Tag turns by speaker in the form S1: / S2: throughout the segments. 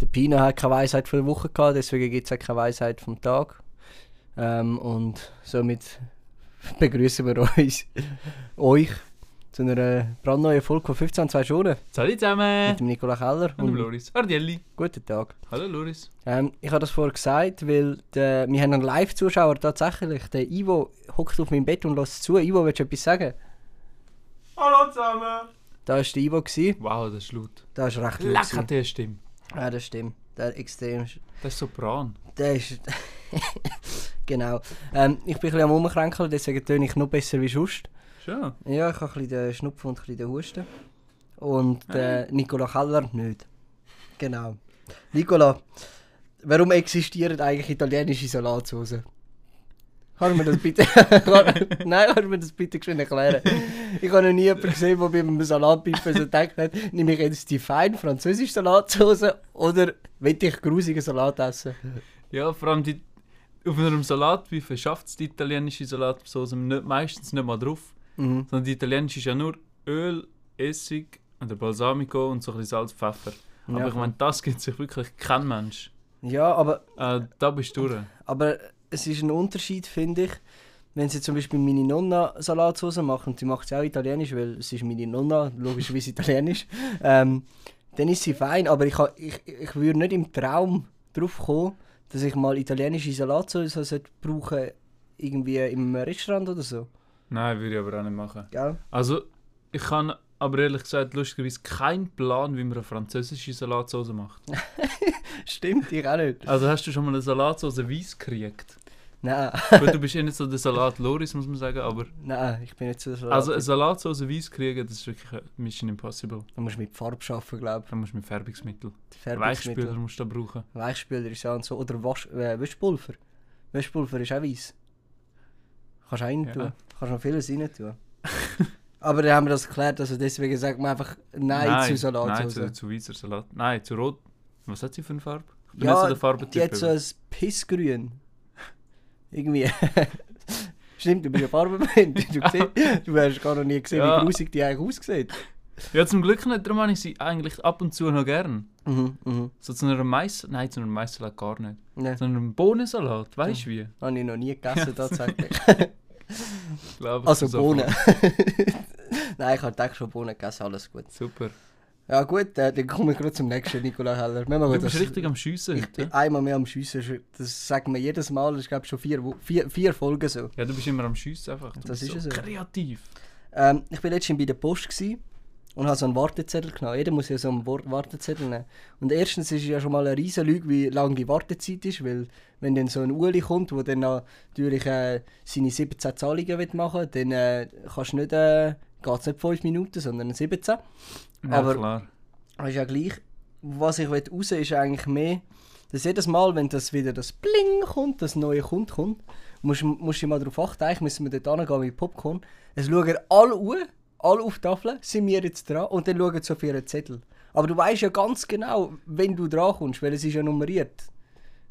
S1: der Pina hat keine Weisheit für die Woche gehabt, deswegen gibt es auch keine Weisheit vom Tag. Ähm, und somit begrüßen wir uns, euch zu einer brandneuen Folge von 15 zwei Stunden
S2: Hallo zusammen!
S1: mit dem Nikola Keller.
S2: Hallo Loris. Ardielli.
S1: guten Tag.
S2: Hallo Loris.
S1: Ähm, ich habe das vorher gesagt, weil der, wir haben einen Live-Zuschauer tatsächlich. Der Ivo hockt auf meinem Bett und lässt zu. Ivo, willst du etwas sagen?
S2: Hallo zusammen!
S1: Da war der Ivo. Gewesen.
S2: Wow, das ist laut.
S1: Da ist recht laut
S2: Lecker
S1: gewesen.
S2: der Stimme.
S1: Ja, das stimmt. Der extrem.
S2: Das ist Sopran.
S1: Der ist. genau. Ähm, ich bin ein bisschen am Umkränkeln, deswegen töne ich noch besser wie sonst.
S2: Schön.
S1: Ja, ich habe ein bisschen den Schnupfen und ein bisschen den Husten. Und äh, Nicola Keller nicht. Genau. Nicola, warum existieren eigentlich italienische Salatsauce? Kannst du mir das bitte... Nein, kannst du mir das bitte schön erklären? Ich habe noch nie jemanden gesehen, der bei einem Salatpippen so gedacht hat, nehme ich jetzt die fein französische Salatsauce oder will ich grusigen Salat essen?
S2: Ja, vor allem die, auf einem Salatbife schafft es die italienische Salatsauce nicht, meistens nicht mal drauf.
S1: Mhm.
S2: Sondern die italienische ist ja nur Öl, Essig, oder Balsamico und so ein bisschen Salz, Pfeffer. Aber
S1: Ja,
S2: ich meine, das gibt sich wirklich kein Mensch.
S1: Ja, aber
S2: Äh, da bist du durch.
S1: Aber es ist ein Unterschied, finde ich, wenn sie zum Beispiel meine Nonna Salatsauce macht, und sie macht sie auch italienisch, weil es ist meine Nonna, logischerweise italienisch, ähm, dann ist sie fein, aber ich, ha- ich, ich würde nicht im Traum drauf kommen, dass ich mal italienische Salatsauce sollte brauchen irgendwie im Restaurant oder so.
S2: Nein, würde ich aber auch nicht machen.
S1: Gell?
S2: Also, ich kann aber ehrlich gesagt lustigerweise keinen Plan, wie man eine französische Salatsauce macht.
S1: Stimmt, ich auch nicht.
S2: Also hast du schon mal eine Salatsauce weiß gekriegt?
S1: Nein,
S2: Gut, du bist eh nicht so der Salat-Loris, muss man sagen, aber...
S1: nein, ich bin nicht so Salat.
S2: Also eine Salatsauce weiß kriegen, das ist wirklich eine Mission Impossible.
S1: du musst mit Farbe arbeiten, glaube
S2: Da musst du mit Färbungsmittel.
S1: ich.
S2: Weichspüler
S1: Färbungsmittel.
S2: musst du da brauchen.
S1: Weichspüler ist ja und so. Oder Wasch, äh, Wischpulver. Wischpulver ist auch weiß. Kannst du auch rein tun.
S2: Ja.
S1: Kannst noch vieles rein tun. Aber dann haben wir das geklärt, also deswegen sagt man einfach Nein, zu
S2: Nein,
S1: Salatsauce.
S2: zu, zu weißer Salat. Nein, zu rot. Was hat sie für eine Farbe? Ich bin
S1: Ja,
S2: nicht so der Farbentyp.
S1: Die hat so
S2: aber-
S1: ein Pissgrün. Irgendwie. Stimmt, du bist ja farbenblind. Du, siehst- du hast gar noch nie gesehen,
S2: Ja.
S1: wie grusig die eigentlich aussieht.
S2: ja, zum Glück nicht, darum habe ich sie eigentlich ab und zu noch gern.
S1: Mhm, mhm.
S2: So zu einer Mais... Nein, zu einer Maissalat gar nicht.
S1: Nein,
S2: Zu einem Bohnensalat, weißt du wie?
S1: habe ich noch nie gegessen tatsächlich.
S2: Ich glaube, ich
S1: also
S2: bin so
S1: Bohnen.
S2: voll.
S1: Nein, ich habe gedacht, schon Bohnen gegessen, alles gut.
S2: Super.
S1: Ja gut, äh, dann kommen wir gerade zum nächsten, Nikola Heller. Wir machen
S2: Du
S1: das-
S2: bist richtig am Schiessen
S1: Ich
S2: heute.
S1: bin einmal mehr am Schiessen. Das sagen wir jedes Mal. Ich glaube schon vier, Wo- vier, vier Folgen so.
S2: Ja, du bist immer am Schiessen einfach. Du
S1: Das
S2: bist
S1: ist
S2: so
S1: ja so.
S2: kreativ.
S1: Ähm, ich war letztens bei der Post gewesen und habe so einen Wartezettel genommen. Jeder muss ja so einen Wor- Wartezettel nehmen. Und erstens ist ja schon mal eine riesen Lüge, wie lange die Wartezeit ist, weil wenn dann so ein Uli kommt, der dann natürlich äh, seine 17 Zahlungen will machen will, dann äh, kannst du nicht, äh, geht es nicht 5 Minuten, sondern 17.
S2: Ja,
S1: Aber-
S2: klar.
S1: Aber ist ja gleich. Was ich will raus ist eigentlich mehr, dass jedes Mal, wenn das wieder das Bling kommt, das neue kommt, kommt, musst, musst du mal darauf achten, eigentlich müssen wir dort hingehen mit Popcorn. Es schauen alle an, alle auf die Tafel, sind wir jetzt dran und dann schauen sie auf ihren Zettel. Aber du weißt ja ganz genau, wenn du dran kommst, weil es ist ja nummeriert.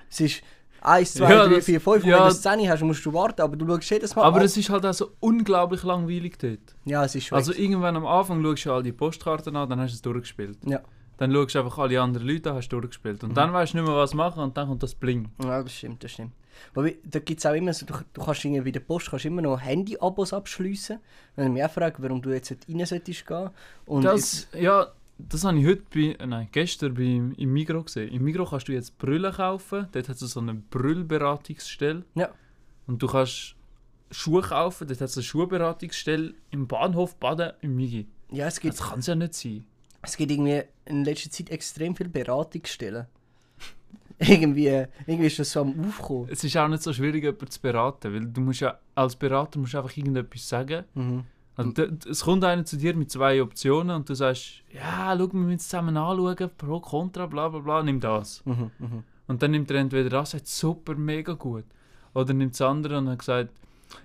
S1: Es ist 1, 2,
S2: Ja,
S1: 3,
S2: das-
S1: 4, 5 und wenn
S2: ja.
S1: du 10 hast, musst du warten, aber du schaust jedes Mal
S2: Aber
S1: an.
S2: es ist halt auch so unglaublich langweilig dort.
S1: Ja, es ist schwierig.
S2: Also irgendwann am Anfang schaust du all die Postkarten an, dann hast du es durchgespielt.
S1: ja.
S2: Dann schaust du einfach alle anderen Leute an, hast du durchgespielt.
S1: Mhm.
S2: Und dann weißt du nicht mehr, was machen und dann kommt das Bling.
S1: Ja, das stimmt, das stimmt. Wobei, da gibt es auch immer so, du, du kannst irgendwie bei der Post kannst immer noch Handy-Abos abschliessen. Wenn ich mich auch frage, warum du jetzt nicht rein solltest gehen. Und jetzt-
S2: Das, ja, das habe ich heute bei, äh, nein, gestern beim, im Migro gesehen. Im Migro kannst du jetzt Brille kaufen. Dort hat es so eine Brüllberatungsstelle.
S1: Ja.
S2: Und du kannst Schuhe kaufen. Dort hat es eine Schuhberatungsstelle im Bahnhof Baden im Migi.
S1: ja, es
S2: Das
S1: gibt,
S2: kann es ja nicht sein.
S1: es gibt irgendwie in letzter Zeit extrem viele Beratungsstellen. irgendwie, äh, irgendwie ist das so am Aufkommen.
S2: Es ist auch nicht so schwierig, jemanden zu beraten, weil du musst ja, als Berater musst du einfach irgendetwas sagen.
S1: Mhm.
S2: Also, d- d- es kommt einer zu dir mit zwei Optionen und du sagst, ja, schau, wir müssen es zusammen anschauen, pro, contra, bla bla bla, nimm das.
S1: Mhm, mhm.
S2: Und dann nimmt er entweder das, sagt super, mega gut. Oder nimmt das andere und hat gesagt,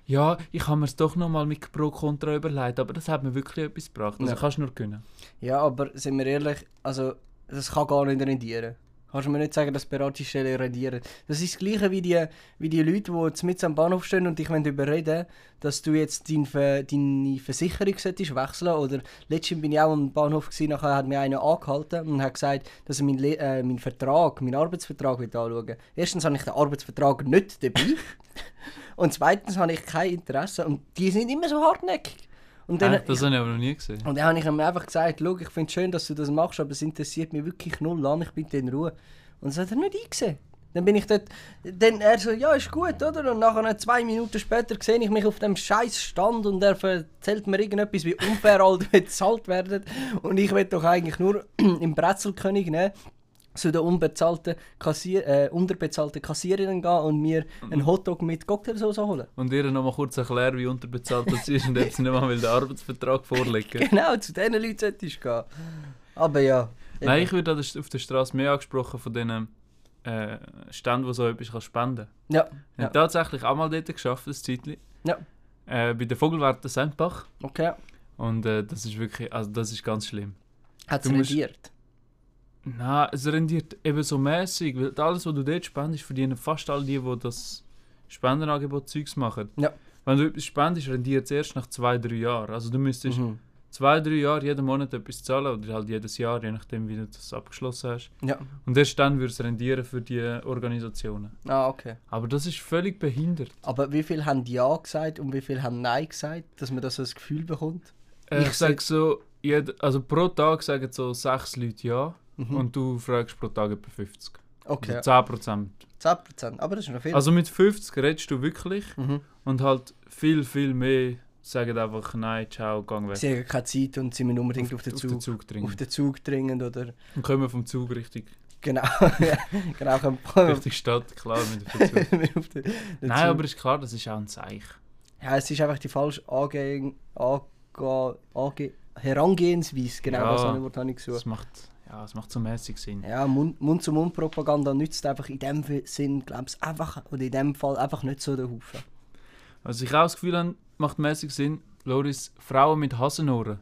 S2: ja, ich habe mir es doch nochmal mit Pro Contra überlegt, aber das hat mir wirklich etwas gebracht. Also
S1: Ja.
S2: kannst du nur gönnen.
S1: Ja, aber sind wir ehrlich, also das kann gar nicht rendieren. kannst du mir nicht sagen, dass Beratungsstellen rentieren. Das ist das Gleiche wie die, wie die Leute, die jetzt mit am Bahnhof stehen und dich wollen überreden dass du jetzt dein, Ver- deine Versicherung solltest wechseln Oder letztens bin ich auch am Bahnhof, gewesen, nachher hat mir einer angehalten und hat gesagt, dass er meinen Le- äh, meinen Vertrag, meinen Arbeitsvertrag will anschauen will. Erstens habe ich den Arbeitsvertrag nicht dabei. und zweitens habe ich kein Interesse. Und die sind immer so hartnäckig. Und dann,
S2: Echt, Also das habe ich aber noch nie gesehen.
S1: und dann habe ich ihm einfach gesagt, schau, ich finde es schön, dass du das machst, aber es interessiert mich wirklich null, lass mich bitte in Ruhe. Und das hat er nicht eingesehen. Dann bin ich dort, dann er so, ja, ist gut, oder? Und nachher zwei Minuten später sehe ich mich auf dem scheiß Stand und er erzählt mir irgendetwas, wie unfair all die bezahlt werden. Und ich will doch eigentlich nur im Brezelkönig nehmen, zu der unbezahlten Kassier, äh, unterbezahlten Kassiererin gehen und mir
S2: Mhm.
S1: einen Hotdog mit Cocktailsauce holen.
S2: Und ihr noch mal kurz erklären, wie unterbezahlt das ist und ob sie nicht mal den Arbeitsvertrag vorlegen.
S1: Genau, zu diesen Leuten solltest du gehen. Aber ja.
S2: Nein, ich würde an der- auf der Straße mehr angesprochen von diesen äh, Ständen, wo so etwas kann spenden kann.
S1: Ja,
S2: Ich
S1: Ja.
S2: habe tatsächlich auch mal dort geschafft, ein Zeitchen.
S1: Ja.
S2: Äh, bei der Vogelwarte Sendbach.
S1: okay.
S2: Und äh, das ist wirklich, also das ist ganz schlimm.
S1: Hat es
S2: Du musst-
S1: reagiert?
S2: Nein, es rendiert eben so mäßig, weil alles, was du dort spendest, verdienen fast all die, die das Spendenangebot Zeugs machen.
S1: Ja.
S2: Wenn du etwas spendest, rendiert es erst nach zwei, drei Jahren. Also du müsstest
S1: Mhm.
S2: zwei, drei Jahre jeden Monat etwas zahlen oder halt jedes Jahr, je nachdem, wie du das abgeschlossen hast.
S1: Ja.
S2: Und erst dann würde es rendieren für die Organisationen.
S1: Ah, okay.
S2: Aber das ist völlig behindert.
S1: Aber wie viele haben Ja gesagt und wie viele haben Nein gesagt, dass man das so ein Gefühl bekommt?
S2: Äh,
S1: Ich
S2: ich sage so, jed- also pro Tag sagen so sechs Leute ja
S1: Mhm.
S2: und du fragst pro Tag etwa 50.
S1: Okay,
S2: Also 10%.
S1: 10%. Aber das ist noch viel.
S2: Also mit 50 redest du wirklich
S1: mhm.
S2: und halt viel, viel mehr sagen einfach nein, ciao, gang weg.
S1: Sie haben keine Zeit und sind unbedingt auf, den
S2: auf
S1: Zug,
S2: den Zug
S1: auf
S2: dringen.
S1: den Zug dringend oder.
S2: Und kommen vom Zug richtig,
S1: Genau. genau, können wir
S2: richtig Stadt, klar, mit dem Zug.
S1: auf den, den
S2: nein, aber ist klar, das ist auch ein Zeich.
S1: Ja, es ist einfach die falsche Ange Ange Ange Herangehensweise. Genau,
S2: Ja.
S1: das habe ich, Wort habe ich
S2: Das
S1: gesucht.
S2: macht, ja, das macht so mäßig Sinn.
S1: Ja, Mund- Mund-zu-Mund-Propaganda nützt einfach in dem Sinn, glaube ich, einfach, oder in dem Fall einfach nicht so den Haufen.
S2: Was ich auch das Gefühl habe, macht mäßig Sinn, Loris, Frauen mit Hasenohren.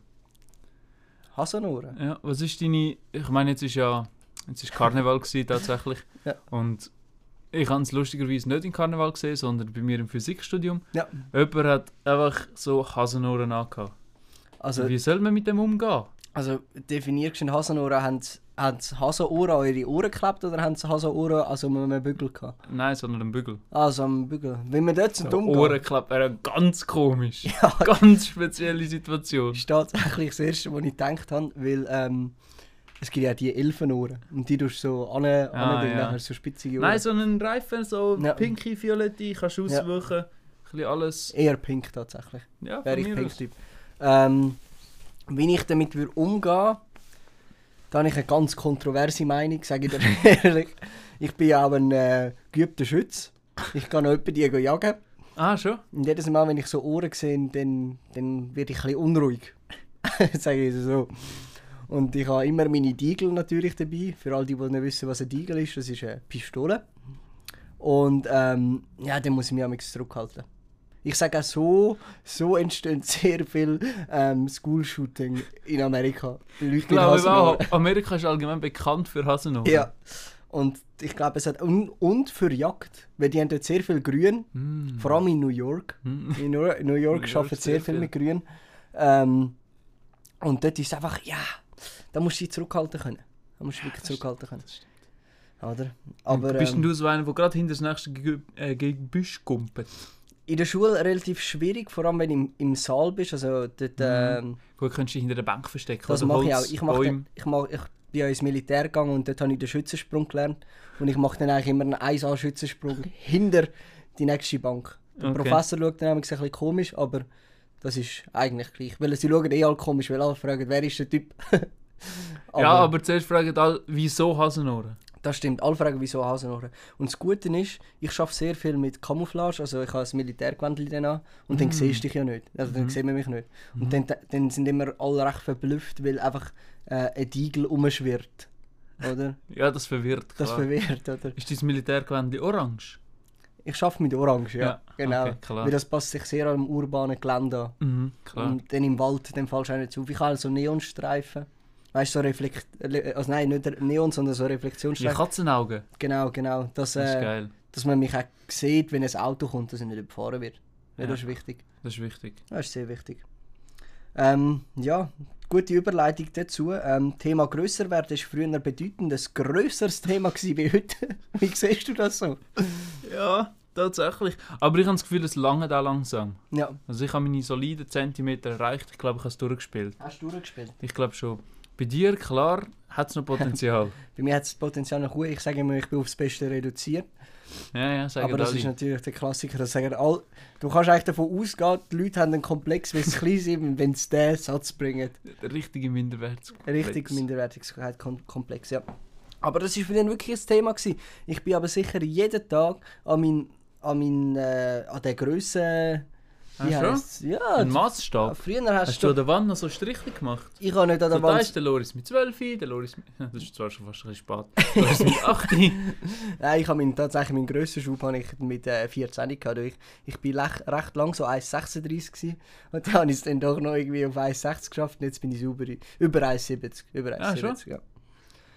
S1: Hasanohren?
S2: Ja, was ist deine. Ich meine, jetzt ist ja. Jetzt ist Karneval gewesen, tatsächlich.
S1: Ja.
S2: Und ich habe es lustigerweise nicht in Karneval gesehen, sondern bei mir im Physikstudium.
S1: Ja.
S2: Jemand hat einfach so Hasenohren angehabt.
S1: Also,
S2: Wie soll man mit dem umgehen?
S1: also definierst du einen Hasanohren, haben sie- haben sie Hasanohren an ihre Ohren geklebt oder haben sie Hasanohren also an einem Bügel gehabt?
S2: Nein, sondern einen Bügel.
S1: Also am Bügel. Wenn man dort so dumm
S2: Ohrenklapp wäre ganz komisch.
S1: Ja,
S2: Ganz spezielle Situation.
S1: das ist tatsächlich das Erste, was ich gedacht habe, weil ähm, es gibt ja die Elfenohren und die tust du so an,
S2: Ah,
S1: an
S2: ja.
S1: nachher so spitzige Ohren.
S2: Nein, so einen Reifen, so
S1: Ja.
S2: pinky, violette, kannst du
S1: Ja.
S2: auswischen. Ein bisschen alles.
S1: Eher pink tatsächlich,
S2: Ja, von
S1: wäre ich
S2: mir aus.
S1: Pink-Typ. Ähm, wie ich damit würde umgehen da habe ich eine ganz kontroverse Meinung, sage ich dir ehrlich. Ich bin ja auch ein äh, geübter Schütz. Ich kann auch jemanden die gehen jagen.
S2: Ah, schon?
S1: Und jedes Mal, wenn ich so Ohren sehe, dann, dann werde ich ein bisschen unruhig. Sage ich es so. Und ich habe immer meine Diegel natürlich dabei. Für all die, die nicht wissen, was ein Diegel ist, das ist eine Pistole. Und ähm, ja, dann muss ich mich am zurückhalten. Ich sage auch so, so entstehen sehr viele ähm, School-Shooting in Amerika. Leute
S2: Ich
S1: mit
S2: glaube
S1: Hasenohren.
S2: auch, Amerika ist allgemein bekannt für Hasenohren.
S1: Ja. Und ich glaube, es hat. Und, und für Jagd. Weil die haben dort sehr viel Grün.
S2: Mm.
S1: Vor allem in New York.
S2: Mm.
S1: In New, New York
S2: York
S1: arbeiten sehr
S2: sehr
S1: viel
S2: viel.
S1: mit Grün. Ähm, und dort ist es einfach, ja, da musst du dich zurückhalten können. Da musst du dich wirklich zurückhalten können.
S2: das stimmt.
S1: Oder? Aber
S2: bist denn
S1: ähm,
S2: du so einer, der gerade hinter das nächste Ge- äh, Gebüsch kumpelt?
S1: in der Schule relativ schwierig, vor allem wenn du im, im Saal bist. Also dort,
S2: Mhm.
S1: ähm,
S2: Gut, könntest du dich hinter der Bank verstecken.
S1: das
S2: oder
S1: mache ich auch.
S2: Holz,
S1: Ich, mache
S2: Bäume.
S1: den, ich, mache, ich bin ja ins Militär gegangen und dort habe ich den Schützensprung gelernt. Und ich mache dann eigentlich immer einen 1A-Schützensprung hinter die nächste Bank. Der
S2: Okay.
S1: Professor schaut dann nämlich ein bisschen komisch, aber das ist eigentlich gleich. Weil sie schauen eh alle komisch, weil alle fragen, wer ist der Typ?
S2: Ja, aber zuerst fragen alle, wieso Hasenohren?
S1: Das stimmt, alle fragen, wieso Hasenohren. Und das Gute ist, ich arbeite sehr viel mit Camouflage, also ich habe ein Militärgewändel dann an und
S2: Mm.
S1: dann siehst du dich ja nicht, also
S2: Mhm.
S1: dann sieht man mich nicht. Und dann, dann sind immer alle recht verblüfft, weil einfach äh, ein Igel rumschwirrt, oder?
S2: Ja, das verwirrt.
S1: Das
S2: klar.
S1: verwirrt, oder?
S2: ist dein Militärgewand orange?
S1: Ich arbeite mit Orange, ja,
S2: Ja,
S1: genau.
S2: okay, klar.
S1: Weil das passt sich sehr am urbanen Gelände an.
S2: Mhm, klar.
S1: Und dann im Wald, dann fällst du auch nicht auf. Ich habe so Neonstreifen Weißt du, so Reflekt. äh, Also nein, nicht Neon, sondern so
S2: Die
S1: Reflektionsstreifen.
S2: Katzenaugen.
S1: Genau, genau. Dass,
S2: Das ist
S1: äh,
S2: geil.
S1: dass man mich auch sieht, wenn ein Auto kommt, dass ich nicht überfahren wird. Ja.
S2: Ja.
S1: Das ist wichtig.
S2: Das ist wichtig.
S1: Das ist sehr wichtig. Ähm, ja, gute Überleitung dazu. Ähm, Thema grösser werden ist früher bedeutend ein grösseres Thema gewesen wie heute. wie siehst du das so?
S2: Ja, tatsächlich. Aber ich habe das Gefühl, es lange da langsam.
S1: Ja.
S2: Also ich habe meine soliden Zentimeter erreicht. Ich glaube, ich habe es durchgespielt.
S1: Hast du durchgespielt?
S2: Ich glaube schon. Bei dir, klar, hat es noch Potenzial.
S1: Bei mir hat es Potenzial noch gut. Ich sage immer, ich bin aufs Beste reduziert.
S2: ja, ja, sagen
S1: Aber das
S2: alle.
S1: ist natürlich der Klassiker. Das sagen all, du kannst eigentlich davon ausgehen, die Leute haben einen Komplex, weil sie klein sind, wenn sie diesen Satz bringen.
S2: Der richtige Minderwertskomplex.
S1: Richtig, Minderwertigkeit kom- komplex, ja. Aber das war für den wirklich ein Thema. Gewesen. Ich bin aber sicher jeden Tag an, mein, an, mein, äh, an der Größe.
S2: Ach so?
S1: Ja,
S2: Ah, Ein
S1: ja,
S2: Maßstab.
S1: früher hast,
S2: Hast du
S1: du.
S2: an der Wand noch so Striche gemacht?
S1: ich habe nicht an
S2: So,
S1: der
S2: da
S1: Wand.
S2: ist der Loris mit 12, der Loris mit... Das ist zwar schon fast ein bisschen spät. Der Loris mit 8.
S1: Nein, ich habe meinen, tatsächlich meinen grössten Schub habe ich mit äh, 14 gehabt. Ich, ich bin lech, recht lang so 1,36 gewesen. Und dann habe ich es dann doch noch irgendwie auf 1,60 geschafft. Und jetzt bin ich über, über 1,70. Über
S2: Ah, schon?
S1: 1,70, ja.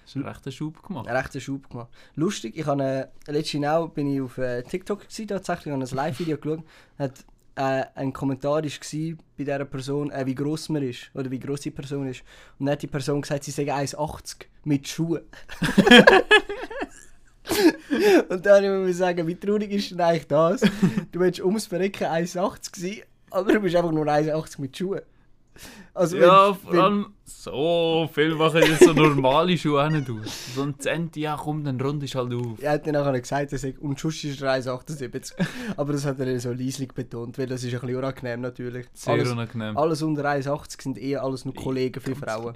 S2: Hast du einen rechten Schub gemacht?
S1: einen rechten Schub gemacht. Lustig, ich habe äh, letztens auch bin ich auf äh, TikTok gewesen, tatsächlich habe ein Live-Video geschaut. Hat, äh, ein Kommentar war bei dieser Person, äh, wie gross man ist oder wie gross die Person ist. Und dann hat die Person gesagt, sie sei 1,80 mit Schuhen. Und dann muss ich sagen, wie traurig ist denn eigentlich das? Du willst ums Verrecken 1,80 sein, aber du bist einfach nur 1,80 mit Schuhen. Also,
S2: Ja,
S1: wenn-
S2: vor allem so viel machen jetzt so normale Schuhe auch nicht aus. So ein Zenti, ja komm, dann rund ist halt auf.
S1: Er hat dann nachher gesagt, er sagt, und Schuss ist er 1,78. Aber das hat er dann so leislich betont, weil das ist ein bisschen unangenehm natürlich.
S2: Sehr
S1: Alles,
S2: unangenehm.
S1: alles unter 1,80 sind eher alles nur Kollegen für Frauen.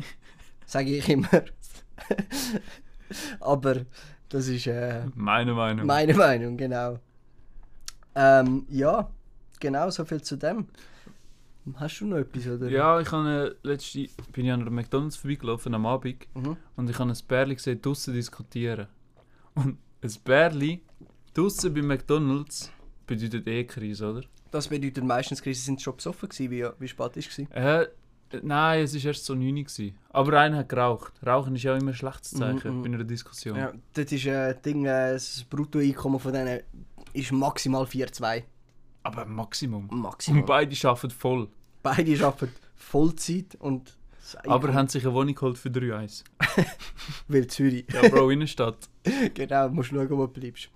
S1: Sage ich immer. Aber das ist äh,
S2: Meine Meinung.
S1: meine Meinung, genau. Ähm, ja, genau, so viel zu dem. Hast du noch etwas, oder?
S2: ja, ich habe äh, letzte bin ich an einer McDonalds vorbeigelaufen am Abend
S1: Mhm.
S2: und ich habe ein Bärli gesehen, draussen diskutieren. Und ein Bärli draussen bei McDonalds bedeutet eh Krise, oder?
S1: Das bedeutet meistens, Krise sind schon besoffen gewesen, wie, wie spät ist es?
S2: Äh, nein, es war erst so 9 Uhr. gewesen. Aber einer hat geraucht. Rauchen ist ja immer ein schlechtes Zeichen
S1: Mhm, mhm.
S2: bei einer Diskussion.
S1: Ja, das ist äh, Ding, äh, das Bruttoeinkommen von denen ist maximal 4,2.
S2: Aber Maximum. Und
S1: Maximal.
S2: beide arbeiten voll.
S1: Beide arbeiten Vollzeit und das
S2: Aber
S1: Einkommen-
S2: haben sich eine Wohnung geholt für 3-1.
S1: weil Zürich.
S2: Ja, Bro, Innenstadt.
S1: genau, musst schauen, wo du bleibst.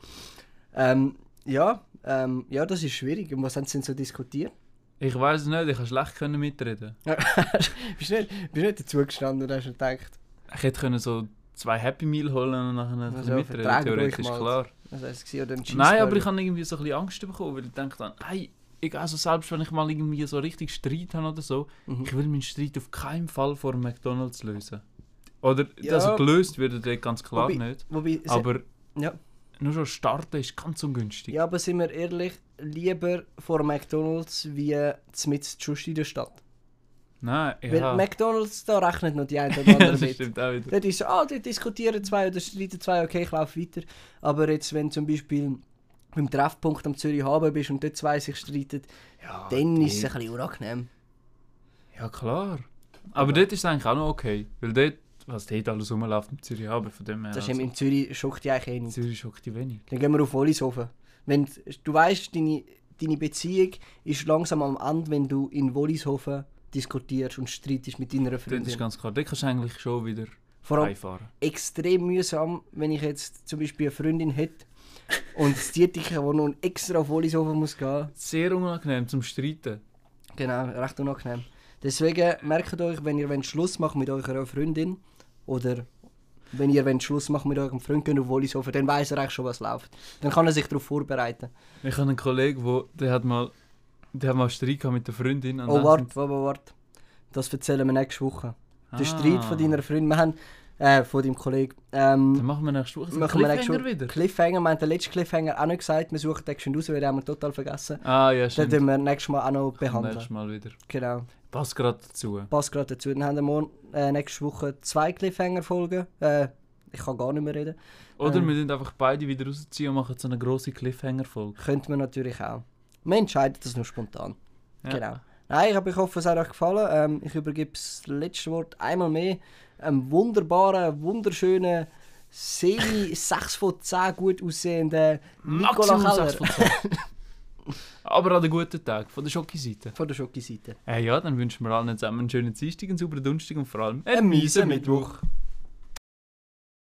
S1: Ähm, ja, ähm, ja, das ist schwierig. Und was haben sie denn so diskutiert?
S2: Ich weiß es nicht, ich kann schlecht können mitreden.
S1: bist du nicht, bist du nicht dazugestanden und hast dir gedacht,
S2: Ich hätte können so zwei Happy Meal holen und nachher ein bisschen
S1: Also,
S2: mitreden,
S1: verträgt ruhig
S2: theoretisch,
S1: mal.
S2: klar.
S1: was war es? gewesen? Oder ein
S2: Nein, aber
S1: Cheeseburger?
S2: ich habe irgendwie so ein bisschen Angst bekommen, weil ich denke dann, hey, ich, also selbst wenn ich mal irgendwie so richtig Streit habe oder so,
S1: Mhm.
S2: ich will meinen Streit auf keinen Fall vor McDonalds lösen. Oder,
S1: Ja.
S2: also gelöst wird er dort ganz klar
S1: Wobei-
S2: nicht,
S1: Wobei, se-
S2: aber
S1: ja.
S2: nur schon starten ist ganz ungünstig.
S1: ja, aber sind wir ehrlich, lieber vor McDonalds wie mit Just in der Stadt.
S2: Nein,
S1: Weil
S2: ja.
S1: McDonalds, da rechnet noch die eine oder andere
S2: das
S1: mit.
S2: stimmt auch wieder.
S1: Dort ist so, ah, dort diskutieren zwei oder streiten zwei, okay, ich laufe weiter. Aber jetzt, wenn zum Beispiel beim Treffpunkt am Zürich Haben bist und dort zwei sich streiten,
S2: Ja,
S1: dann ist es
S2: dort.
S1: ein bisschen unangenehm.
S2: Ja, klar. Aber dort ist es eigentlich auch noch okay. Weil dort, was dort alles rumläuft im Zürich, aber von dem her.
S1: Das ist
S2: also,
S1: eben in Zürich schockt dich eigentlich eh nicht.
S2: Zürich schockt die wenig.
S1: Dann gehen wir auf Wollishofen. Wenn d- du weißt, deine, deine Beziehung ist langsam am Ende, wenn du in Wollishofen diskutierst und streitest mit deiner
S2: Dort ist
S1: Freundin.
S2: ganz klar. Dort kannst du eigentlich schon wieder
S1: Vor allem
S2: heimfahren.
S1: extrem mühsam, wenn ich jetzt zum Beispiel eine Freundin hätte und das Dietige, wo noch extra auf Wollishofen muss gehen.
S2: Sehr unangenehm zum Streiten.
S1: Genau, recht unangenehm. Deswegen merkt euch, wenn ihr wollt, Schluss macht mit eurer Freundin oder wenn ihr wollt, Schluss macht mit eurem Freund, geht auf Wollishofen, dann weiß er eigentlich schon, was läuft. Dann kann er sich darauf vorbereiten.
S2: Ich habe einen Kollegen, wo, der hat mal. Der hat mal einen Streit gehabt mit der Freundin. und
S1: oh,
S2: dann
S1: warte,
S2: sind-
S1: warte, warte. Das erzählen wir nächste Woche.
S2: Ah.
S1: Der Streit von deiner Freundin, wir haben, äh, von deinem Kollegen,
S2: Dann
S1: ähm,
S2: machen wir nächste Woche so einen
S1: machen wir nächste
S2: Cliffhanger
S1: Woche.
S2: wieder.
S1: Cliffhanger, wir haben den letzten Cliffhanger auch nicht gesagt, wir suchen den schon raus, weil den haben wir total vergessen.
S2: Ah, ja,
S1: Den
S2: stimmt.
S1: werden wir nächstes Mal auch noch behandeln.
S2: Nächstes Mal wieder.
S1: Genau.
S2: Passt gerade dazu.
S1: passt gerade dazu. Dann haben wir morgen, äh, nächste Woche zwei Cliffhanger-Folgen. Äh, ich kann gar nicht mehr reden.
S2: Oder
S1: Ähm.
S2: wir sind einfach beide wieder rausziehen und machen so eine grosse Cliffhanger-Folge.
S1: Könnte man natürlich auch. Man entscheidet das nur spontan.
S2: Ja.
S1: Genau. Nein, ich, hab- ich hoffe, es hat euch gefallen. Ähm, ich übergebe das letzte Wort einmal mehr einem wunderbaren, wunderschönen, semi 6 von 10 gut aussehenden Nikola
S2: Maximum
S1: Keller
S2: 6 von 10. Aber an den guten Tag, von der Schocki-Seite.
S1: von der Schoki-Seite.
S2: Äh, ja, dann wünschen wir allen zusammen einen schönen Dienstag, einen sauberen Donnerstag und vor allem
S1: Einen miesen Mittwoch.